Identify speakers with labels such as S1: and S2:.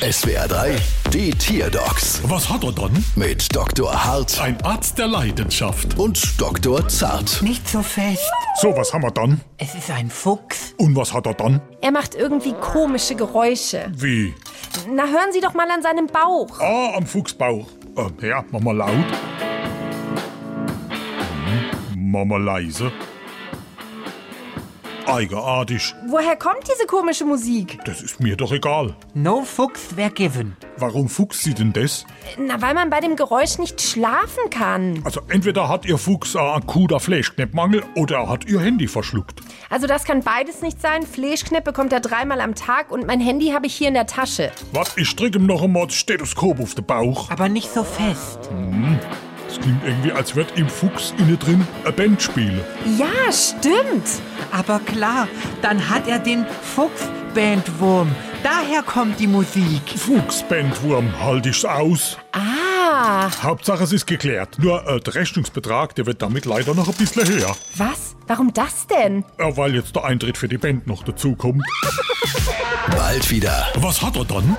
S1: SWR 3, die Tierdocs
S2: Was hat er dann?
S1: mit Dr. Hart
S2: Ein Arzt der Leidenschaft.
S1: und Dr. Zart.
S3: Nicht so fest.
S2: So, was haben wir dann?
S3: Es ist ein Fuchs.
S2: Und was hat er dann?
S4: Er macht irgendwie komische Geräusche.
S2: Wie?
S4: Na, hören Sie doch mal an seinem Bauch.
S2: Ah, am Fuchsbauch. Äh, ja, mach mal laut. Hm, mach mal leise. Eigenartig.
S4: Woher kommt diese komische Musik?
S2: Das ist mir doch egal.
S3: No Fuchs wär given.
S2: Warum fuchst sie denn das?
S4: Na, weil man bei dem Geräusch nicht schlafen kann.
S2: Also entweder hat ihr Fuchs einen akuter Fleischkneppmangel oder er hat ihr Handy verschluckt.
S4: Also das kann beides nicht sein. Fleischkneppe kommt er dreimal am Tag und mein Handy habe ich hier in der Tasche.
S2: Was, ich stricke ihm noch einmal das Stethoskop auf den Bauch.
S3: Aber nicht so fest.
S2: Es klingt irgendwie, als wird im Fuchs innen drin eine Band spielen.
S4: Ja, stimmt.
S3: Aber klar, dann hat er den Fuchsbandwurm. Daher kommt die Musik.
S2: Fuchsbandwurm, halt ich's aus.
S4: Ah,
S2: Hauptsache es ist geklärt. Nur äh, der Rechnungsbetrag, der wird damit leider noch ein bisschen höher.
S4: was? Warum das denn?
S2: Äh, weil jetzt der Eintritt für die Band noch dazukommt.
S1: Bald wieder.
S2: Was hat er dann?